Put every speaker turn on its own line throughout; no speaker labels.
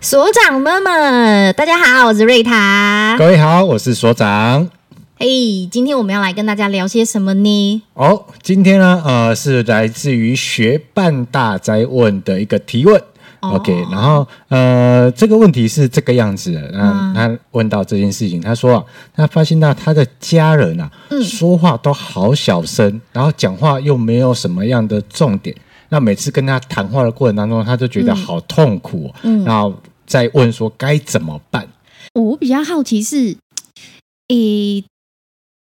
所长们们，大家好，我是瑞塔。
各位好，我是所长。
嘿、今天我们要来跟大家聊些什么呢？
哦，今天呢，呃，是来自于学伴大灾问的一个提问。
哦
OK，然后呃，这个问题是这个样子的。那、他问到这件事情，他说啊，他发现到他的家人啊，
嗯
嗯
说话都好小声，然后讲话又没有什么样的重点。那每次跟他谈话的过程当中，他就觉得好痛苦、哦。
嗯
嗯
然后再问说该怎么办？
我比较好奇是，诶，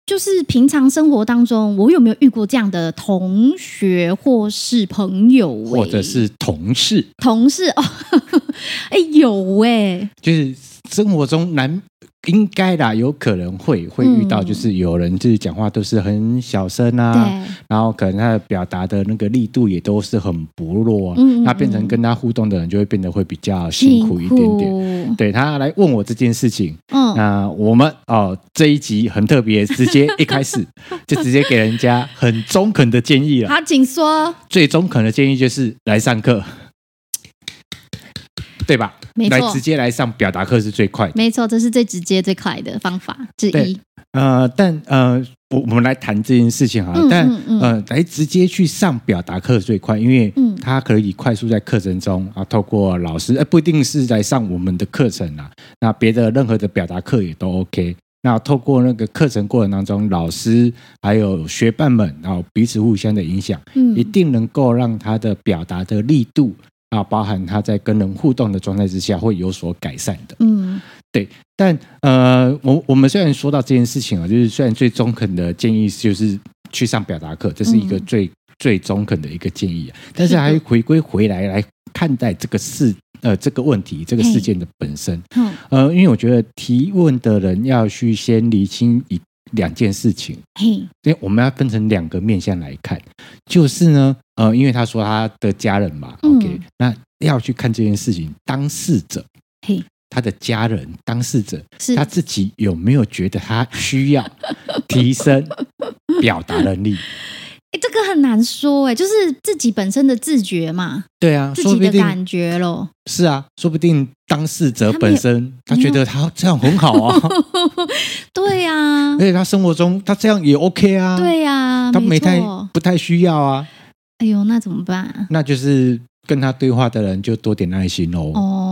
就是平常生活当中，我有没有遇过这样的同学或是朋友、诶
或者是同事，
同事 哦？哎、有哎、
就是生活中难应该啦，有可能会会遇到，
嗯
就是有人就是讲话都是很小声啊，
对，
然后可能他的表达的那个力度也都是很薄弱啊，
嗯嗯
那变成跟他互动的人就会变得会比较辛苦一点点。
点。
对他来问我这件事情，
嗯，
那我们哦这一集很特别，直接一开始 就直接给人家很中肯的建议了。
好，请说。
最中肯的建议就是来上课，对吧？
没
来
错
直接来上表达课是最快的。
没错，这是最直接、最快的方法之一
对。呃，但呃，我我们来谈这件事情好了，
嗯
但
嗯嗯
呃，来直接去上表达课最快，因为
嗯
它可以快速在课程中啊，透过老师，呃，不一定是来上我们的课程啦，那别的任何的表达课也都 OK。那透过那个课程过程当中，老师还有学伴们，然后彼此互相的影响，
嗯
一定能够让他的表达的力度啊，包含他在跟人互动的状态之下，会有所改善的。
嗯
但呃，我我们虽然说到这件事情啊，就是虽然最中肯的建议就是去上表达课，这是一个
嗯
最、最中肯的一个建议啊，但是
是的
还回归回来来看待这个事呃这个问题这个事件的本身。
嗯
呃，因为我觉得提问的人要去先厘清一两件事情，
嘿，
因为我们要分成两个面向来看，就是呢，呃，因为他说他的家人嘛、
嗯
o k 那要去看这件事情，当事者，
嘿，
他的家人，当事者，
是
他自己有没有觉得他需 要提升表达能力？
哎，这个很难说哎、就是自己本身的自觉嘛，
对啊，
自
说
己
不
的
定
感觉咯。
是啊，说不定当事者
他没有
本身他
没有
觉得他这样很好 啊，
对呀、啊
而，且他生活中他这样也 OK 啊，
对呀、啊，
哎他没太
错。
不太需要啊，
哎呦，那怎么办？
那就是跟他对话的人就多点耐心喽。
哦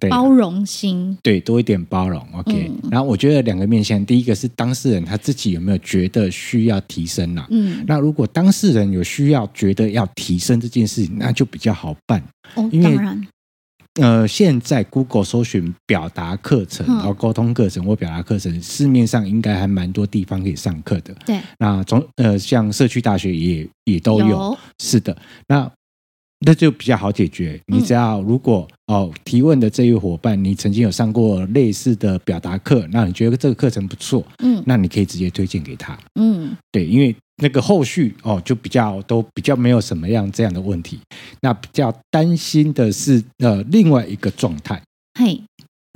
对，啊
包容心，
对，多一点包容，OK、
嗯
然后我觉得两个面向，第一个是当事人他自己有没有觉得需要提升啦、
嗯，
那如果当事人有需要觉得要提升这件事情，那就比较好办。
哦，
因为
当然，
呃，现在 Google 搜寻表达课程，
嗯
然后沟通课程或表达课程，市面上应该还蛮多地方可以上课的。
对，
那从呃，像社区大学也也都有，
有
是的，那那就比较好解决。你只要如果、哦提问的这一位伙伴，你曾经有上过类似的表达课，那你觉得这个课程不错，
嗯
那你可以直接推荐给他。
嗯，
对，因为那个后续哦，就比较都比较没有什么样这样的问题。那比较担心的是呃另外一个状态，
嘿，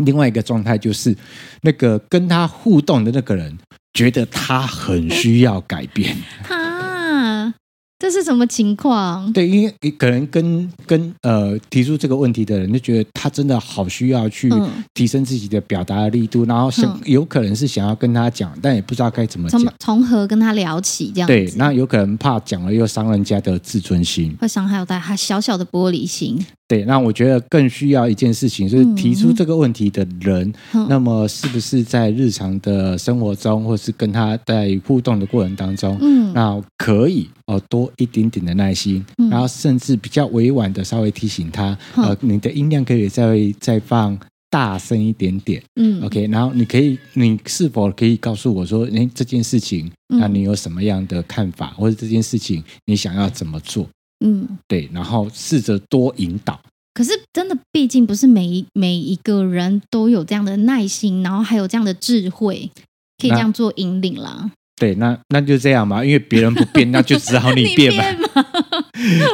另外一个状态就是那个跟他互动的那个人觉得他很需要改 变。
哈，这是什么情况？
对，因为可能跟跟呃提出这个问题的人就觉得他真的好需要去
嗯
提升自己的表达的力度，然后想、
嗯
有可能是想要跟他讲，但也不知道该怎么
从
讲。
从何跟他聊起？这样
对，
子
那有可能怕讲了又伤人家的自尊心。
会伤害到他小小的玻璃心。
对，那我觉得更需要一件事情，就是提出
嗯
这个问题的人，
嗯
那么是不是在日常的生活中，或是跟他在互动的过程当中，
嗯
那可以哦，多一点点的耐心，
嗯
然后甚至比较委婉的稍微提醒他，
嗯
呃，你的音量可以再再放大声一点点、
嗯
o k 然后你可以，你是否可以告诉我说，哎，这件事情，
嗯
那你有什么样的看法，或者这件事情你想要怎么做？
嗯，
对，然后试着多引导。
可是真的，毕竟不是每一每一个人都有这样的耐心，然后还有这样的智慧，可以这
那
样做引领啦。
对，那那就这样嘛，因为别人不 变，那就只好你变嘛，
变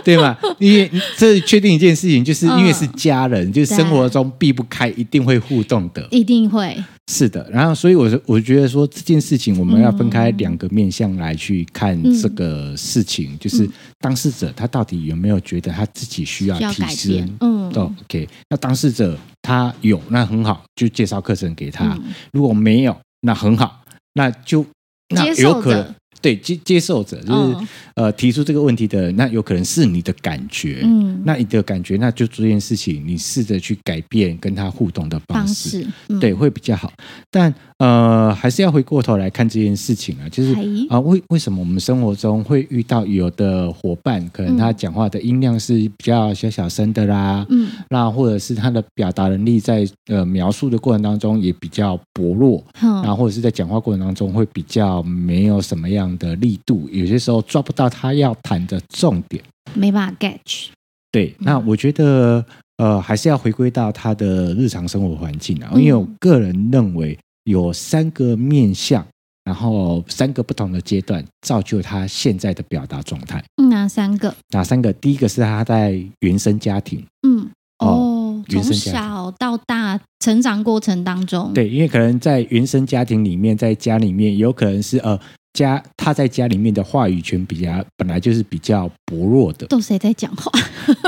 对吧？因为这确定一件事情，
嗯
就是因为是家人，就是
对
生活中避不开，一定会互动的。
一定会，
是的，然后所以我是我觉得说这件事情，我们要分开两个面向来去看这个事情，就是
嗯
当事者他到底有没有觉得他自己需要
需要
提
改变
升。。
嗯，
哦 OK，那当事者他有，那很好，就介绍课程给他；
嗯
如果没有，那很好，那就那
接
有
受
可能
者，
对接接受者就是、
嗯
呃提出这个问题的人，那有可能是你的感觉，
嗯，
那你的感觉，那就这件事情，你试着去改变跟他互动的
方
方式。
式，嗯
对，，会比较好。但呃，还是要回过头来看这件事情啊，就是
哎
啊，为为什么我们生活中会遇到有的伙伴，可能他
嗯
讲话的音量是比较小小声的啦，
嗯，
那或者是他的表达能力在呃描述的过程当中也比较薄弱，
哼
然后或者是在讲话过程当中会比较没有什么样的力度，有些时候抓不到他要谈的重点。
没办法 catch，
对，那我觉得呃，还是要回归到他的日常生活环境啊，
嗯
因为我个人认为有三个面向，然后三个不同的阶段，造就他现在的表达状态。
嗯哪三个？
哪三个？第一个是他在原生家庭，
嗯，
哦
哦，
原
从
生家庭
小到大成长过程当中，，
对，因为可能在原生家庭里面，在家里面有可能是呃。家他在家里面的话语权比较本来就是比较薄弱的，
都谁在讲话？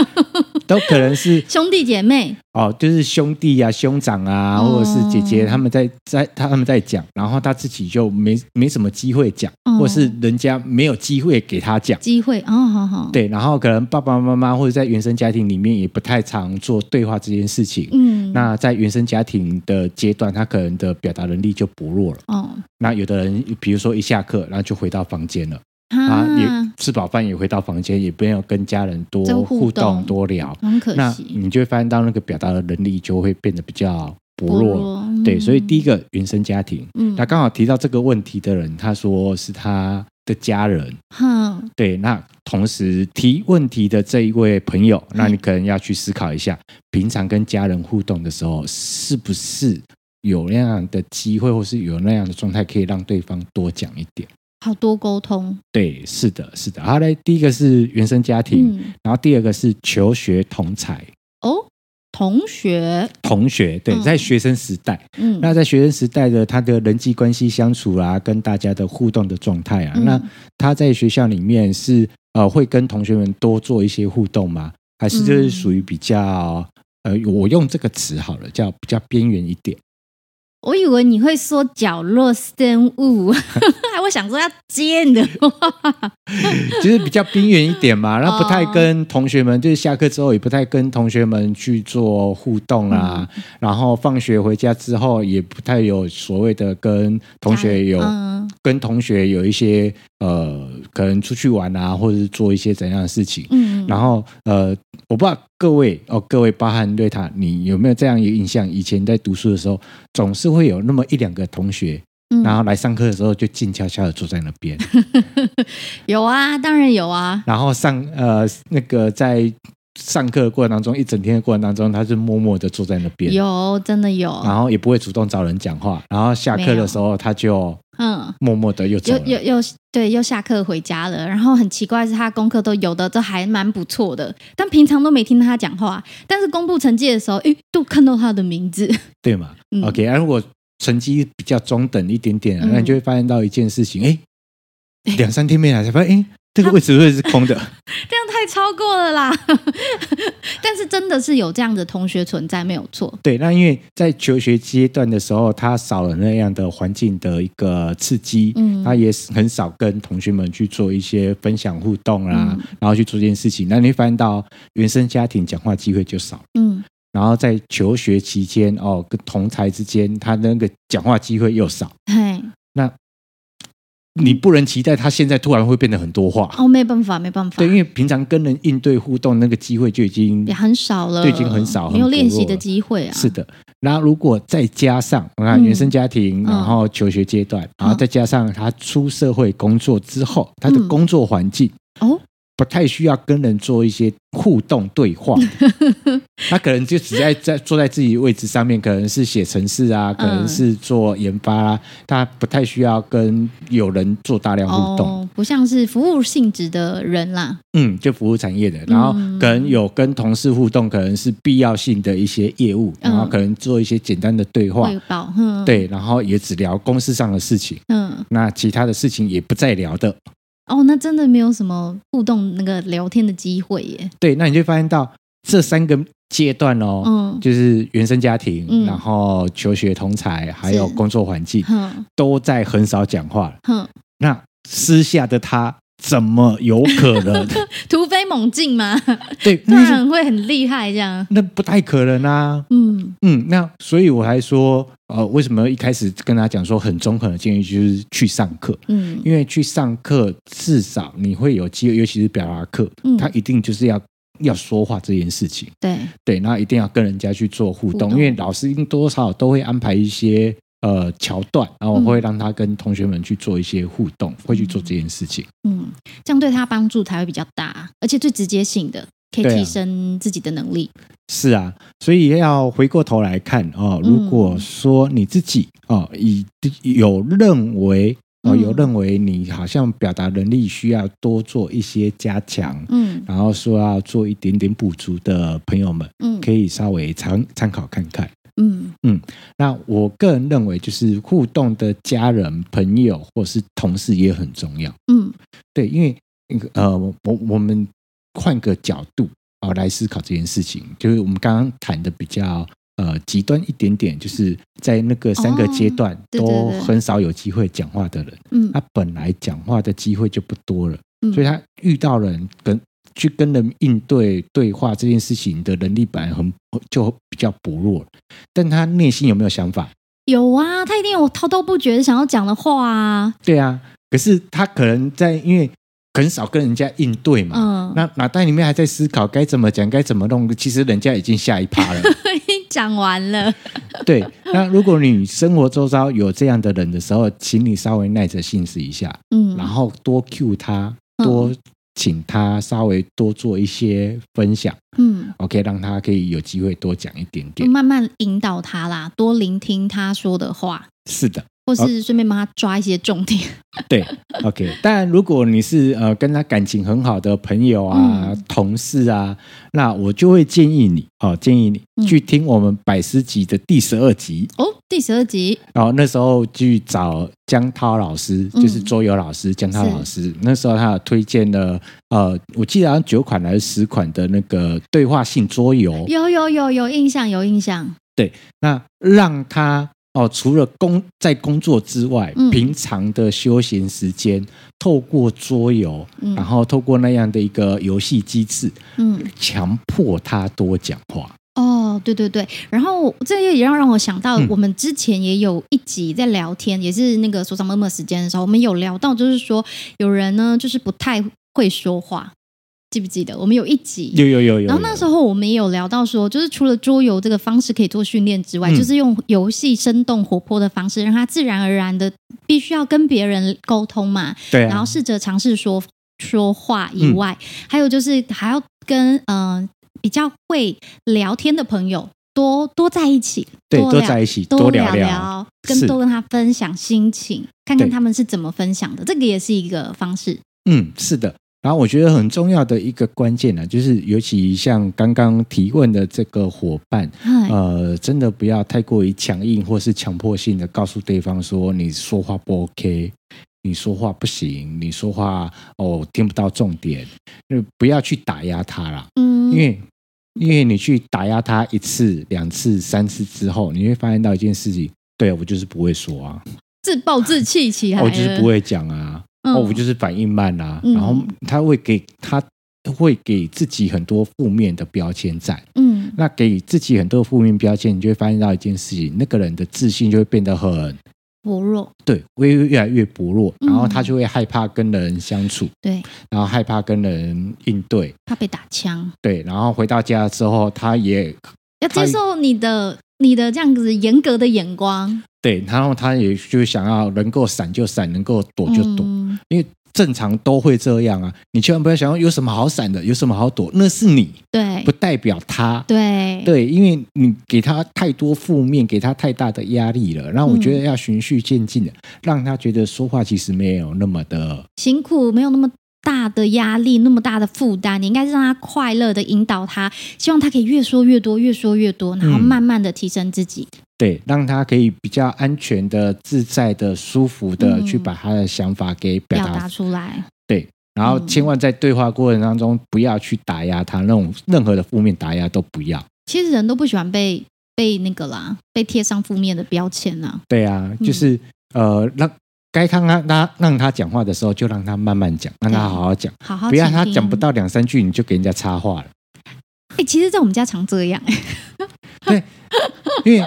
都可能是
兄弟姐妹，
哦，就是兄弟啊、兄长啊，
哦
或者是姐姐，他们在在他们在讲，然后他自己就没没什么机会讲，
哦
或是人家没有机会给他讲。
机会，哦，好好，，
对，然后可能爸爸妈妈或者在原生家庭里面也不太常做对话这件事情。
嗯，
那在原生家庭的阶段，他可能的表达能力就薄弱了。
哦，
那有的人，比如说一下课，然后就回到房间了，啊，
啊
也，吃饱饭也回到房间，也没有跟家人多
多
互
互动
动、多聊。
很可
那
惜，
你就会发现到那个表达的能力就会变得比较薄弱。对，所以第一
个，
个原生家庭，
嗯
那刚好提到这个问题的人，他说是他的家人。
哼，
对，那同时提问题的这一位朋友，
嗯
那你可能要去思考一下，平常跟家人互动的时候，是不是有那样的机会，或是有那样的状态，可以让对方多讲一点？
好多沟通，
对，是的，是的。好嘞，第一个是原生家庭，
嗯，
然后第二个是求学同才。
哦，同学，
同学，对，
嗯
在学生时代，
嗯，
那在学生时代的他的人际关系相处啊，跟大家的互动的状态啊，
嗯
那他在学校里面是呃会跟同学们多做一些互动吗？还是就是属于比较、呃，我用这个词好了，叫比较边缘一点。
我以为你会说角落生物， 我想说要接你的话，
就是比较边缘一 点嘛，然后不太
哦
跟同学们，就是下课之后也不太跟同学们去做互动啦，
嗯
然后放学回家之后也不太有所谓的跟同学有、
嗯
跟同学有一些呃，可能出去玩啊，或者是做一些怎样的事情。
嗯，
然后呃，我不知道各位哦，各位包含瑞塔，你有没有这样一个印象？以前在读书的时候，总是会有那么一两个同学，
嗯
然后来上课的时候就静悄悄的坐在那 边，
有啊，当然有啊，
然后上呃那个在上课的过程当中，一整天的过程当中，他是默默的坐在那边，
有真的有，
然后也不会主动找人讲话，然后下课
没
的
有
时候他就
嗯，
默默的又走
又
了。
又又对，又下课回家了。然后很奇怪的是，他功课都有的都还蛮不错的，但平常都没听他讲话。但是公布成绩的时候，诶，都看到他的名字。
对嘛、
嗯
o k 啊，如果成绩比较中等一点点、啊，
嗯
那你就会发现到一件事情，哎、两三天没来才发现，哎，这个位置会是 空的。
这样太超过了啦！ 但是真的是有这样的同学存在，没有错。
对，那因为在求学阶段的时候，他少了那样的环境的一个刺激，
嗯
他也是很少跟同学们去做一些分享互动啦、
嗯
然后去做这件事情，那你会发现到原生家庭讲话机会就少了。
嗯，
然后在求学期间，哦，跟同才之间，他那个讲话机会又少，
嘿，
你不能期待他现在突然会变得很多话。
哦，没办法，没办法
对，，因为平常跟人应对互动那个机会就已经
也很少了，
对已经很少
没有
很薄
练习
弱
的
了
机会啊。
是的。然后如果再加上我看
嗯
原生家
嗯
庭，然后求学阶段，然后再加上他出社会工作之后，他的工作环境
嗯哦，
不太需要跟人做一些互动对 话，他可能就只在在坐在自己位置上面，可能是写程式
嗯
啊，可能是做研发啊，他不太需要跟有人做大量互动。
哦，不像是服务性质的人啦，
嗯，就服务产业的，然后
嗯
可能有跟同事互动，可能是必要性的一些业务，
嗯
然后可能做一些简单的对话，
汇报，嗯，，
对，然后也只聊公司上的事情，
嗯，
那其他的事情也不再聊的。
哦，那真的没有什么互动那个聊天的机会耶，
对，那你就发现到这三个阶段哦，
嗯，
就是原生家庭，
嗯
然后求学同才，还有
是
工作环境，
哼
都在很少讲话了。
哼，
那私下的他怎么有 可能？
突飞猛进嘛，
对，
突
那
然会很厉害这样，
那不太可能啊。
嗯
嗯，那所以我还说，呃，为什么一开始跟他讲说很中肯的建议就是去上课，
嗯
因为去上课至少你会有机会，尤其是表达课，
嗯
他一定就是要要说话这件事情，
对，
对，然后一定要跟人家去做互
互
动，
动
因为老师一定多少都会安排一些呃桥段，
嗯
然后我会让他跟同学们去做一些互动，会去做这件事情。
嗯，这样对他帮助才会比较大，而且最直接性的，可以
对啊
提升自己的能力。
是啊，所以要回过头来看哦，
嗯
如果说你自己哦，以有认为哦，
嗯
有认为你好像表达能力需要多做一些加强，
嗯
然后说要做一点点补足的朋友们，
嗯
可以稍微参参考看看。
嗯
那我个人认为，就是互动的家人、朋友或是同事也很重要。
嗯
对，因为那个呃，我我我们换个角度啊、来思考这件事情，就是我们刚刚谈的比较呃极端一点点，就是在那个三个
哦
阶段、
对对
都
对
很少有机会讲话的人，
嗯
他本来讲话的机会就不多了，
嗯，
所以他遇到人跟去跟人应对对话这件事情的能力本来很就比较薄弱了，但他内心有没有想法？
有啊，他一定有滔滔不绝想要讲的话啊。
对啊，可是他可能在因为很少跟人家应对嘛，
嗯，
那脑袋里面还在思考该怎么讲、该怎么弄，其实人家已经下一 趴了。
已经讲完了。
对，那如果你生活周遭有这样的人的时候，请你稍微耐着性子一下，
嗯，
然后多 cue 他，多请他稍微多做一些分享
嗯，
，OK，让他可以有机会多讲一点
就
点。
慢慢引导他啦，多聆听他说的话，
是的。
或是顺便帮他抓一些重点。
对，OK。当然，如果你是呃跟他感情很好的朋友啊、
嗯
同事啊，那我就会建议你哦，建议
嗯
你去听我们百思集的第十二集，
哦，第十二集，
然后那时候去找江涛老师，
嗯
就是桌游老师、江涛老师，那时候他有推荐了呃，我记得好像九款还是十款的那个对话性桌游，
有有有有印象，有印象。
那让他哦，除了工在工作之外，
嗯
平常的休闲时间，透过桌游，
嗯
然后透过那样的一个游戏机制，
嗯，
强迫他多讲话。
哦，对对对，然后这也让让我想到，
嗯
我们之前也有一集在聊天，也是那个所长妈妈时间的时候，我们有聊到，就是说有人呢，就是不太会说话，记不记得？我们有一集
有有有有有。
然后那时候我们也有聊到说，就是除了桌游这个方式可以做训练之外，
嗯
就是用游戏生动活泼的方式，让他自然而然的必须要跟别人沟通嘛，
对啊，
然后试着尝试说说话以
嗯
外，还有就是还要跟嗯、呃比较会聊天的朋友多多在一起，
对
多
多
聊
在一起
多
多聊聊。
聊，跟
是
多跟他分享心情，看看
对
他们是怎么分享的，这个也是一个方式。
嗯，是的。然后我觉得很重要的一个关键呢、啊就是尤其像刚刚提问的这个伙伴，
哎，
呃，真的不要太过于强硬或是强迫性的告诉对方说你说话不 OK，你说话不行，你说话哦听不到重点，就不要去打压他啦，
嗯，
因为因为你去打压他一次、两次、三次之后，你会发现到一件事情，对我就是不会说啊，
自暴自弃起来了，
哦我就是不会讲啊，
嗯，
哦，我就是反应慢啦、
嗯
然后他会给他会给自己很多负面的标签在，
嗯。
那给自己很多负面标签，你就会发现到一件事情，那个人的自信就会变得很
薄弱，
对，会越来越薄弱，
嗯
然后他就会害怕跟人相处，
对，
然后害怕跟人应对，
怕被打枪，
对，然后回到家之后，他也
要
他
接受你的你的这样子严格的眼光，
对，然后他也就想要能够闪就闪，能够躲就躲，
嗯
因为正常都会这样啊。你千万不要想要有什么好闪的，有什么好躲，那是你，
对
不代表他。
对
对，因为你给他太多负面，给他太大的压力了。然后我觉得要循序渐进的，让他觉得说话其实没有那么的
辛苦，没有那么大的压力，那么大的负担，你应该是让他快乐的引导他，希望他可以越说越多，越说越多，然后
嗯
慢慢的提升自己。
对，让他可以比较安全的、自在的、舒服的
嗯
去把他的想法给表
表
达
达出来，
然后
嗯
千万在对话过程当中不要去打压他，那种任何的负面打压都不要。
其实人都不喜欢被被那个啦，被贴上负面的标签啦。
对啊，
嗯
就是、呃，让该看他他让他讲话的时候，就让他慢慢讲，让他好好讲，
好好，
不要他讲不。到两三句你就给人家插话了，
哎、其实，在我们家常 这样、
因为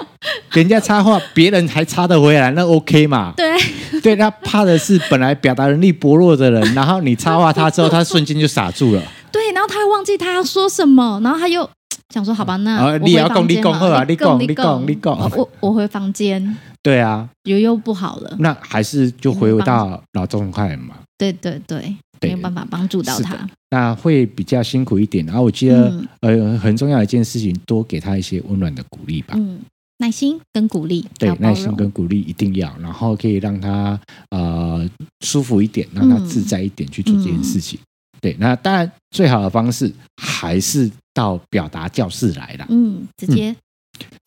给人家插话，别人还插得回来，那 OK 嘛？
对，
对他怕的是本来表达能力薄弱的人，然后你插话他之后，他瞬间就傻住了。
对，然后他会忘记他要说什么，然后他又想说：“好吧，那
啊
我
你
回
也要
房
讲你
间
讲
好
好啊
你
你
讲
讲你讲你讲
我我我回房间，
对啊，
又又不好了。
那还是就回到老状态嘛。
对对对，
对
没有办法帮助到
是
他。
那会比较辛苦一点，然后我记得、
嗯
呃很重要的一件事情，多给他一些温暖的鼓励吧。
嗯，耐心跟鼓励，还
对
有，包
耐心
容
跟鼓励一定要，然后可以让他呃舒服一点，让他自在一点去做这件事
嗯
情。对，那当然最好的方式还是到表达教室来啦。
嗯，直接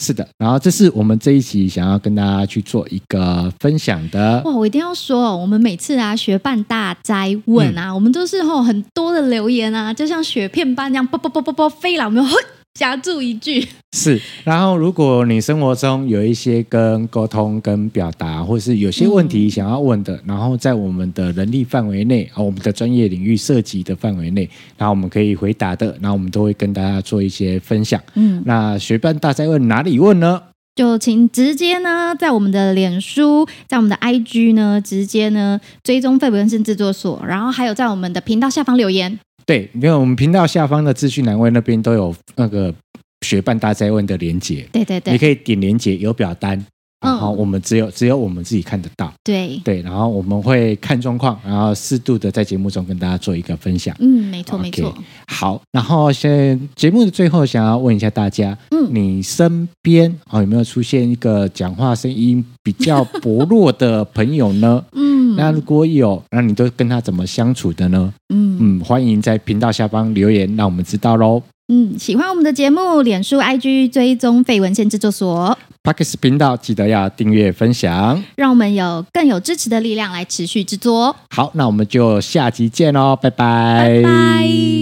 是的，然后这是我们这一期想要跟大家去做一个分享的。
哇！我一定要说哦，我们每次啊学伴大灾问
嗯
啊，我们都是吼很多的留言啊，就像雪片般这样，啵啵啵啵啵飞来，我 们会夹住一句，
是，然后如果你生活中有一些跟沟通、跟表达，或是有些问题想要问的，然后在我们的能力范围内啊，我们的专业领域涉及的范围内，然后我们可以回答的，然后我们都会跟大家做一些分享。
嗯，
那学伴大赛问哪里问呢？
就请直接呢，在我们的脸书，在我们的 IG 呢，直接呢追踪费伯恩森制作所，然后还有在我们的频道下方留言，
对，因为我们频道下方的资讯栏位那边都有那个学伴大赛问的连接，
对对
你
对
可以点连接有表单，然后
嗯
我们只有、只有我们自己看得到。
对，
对，然后我们会看状况，然后适度的在节目中跟大家做一个分享。
嗯，没错
OK
没错，
好，然后先节目的最后，想要问一下大家，
嗯
你身边哦有没有出现一个讲话声音比较薄弱的朋友呢？
嗯，
那如果有，那你都跟他怎么相处的呢？
嗯
嗯，欢迎在频道下方留言，让我们知道喽。
嗯，喜欢我们的节目，脸书、IG 追踪费文献制作所，
p a c k e s 频道记得要订阅分享。
让我们有更有支持的力量来持续制作哦。
好，那我们就下集见喽，拜
拜
拜
拜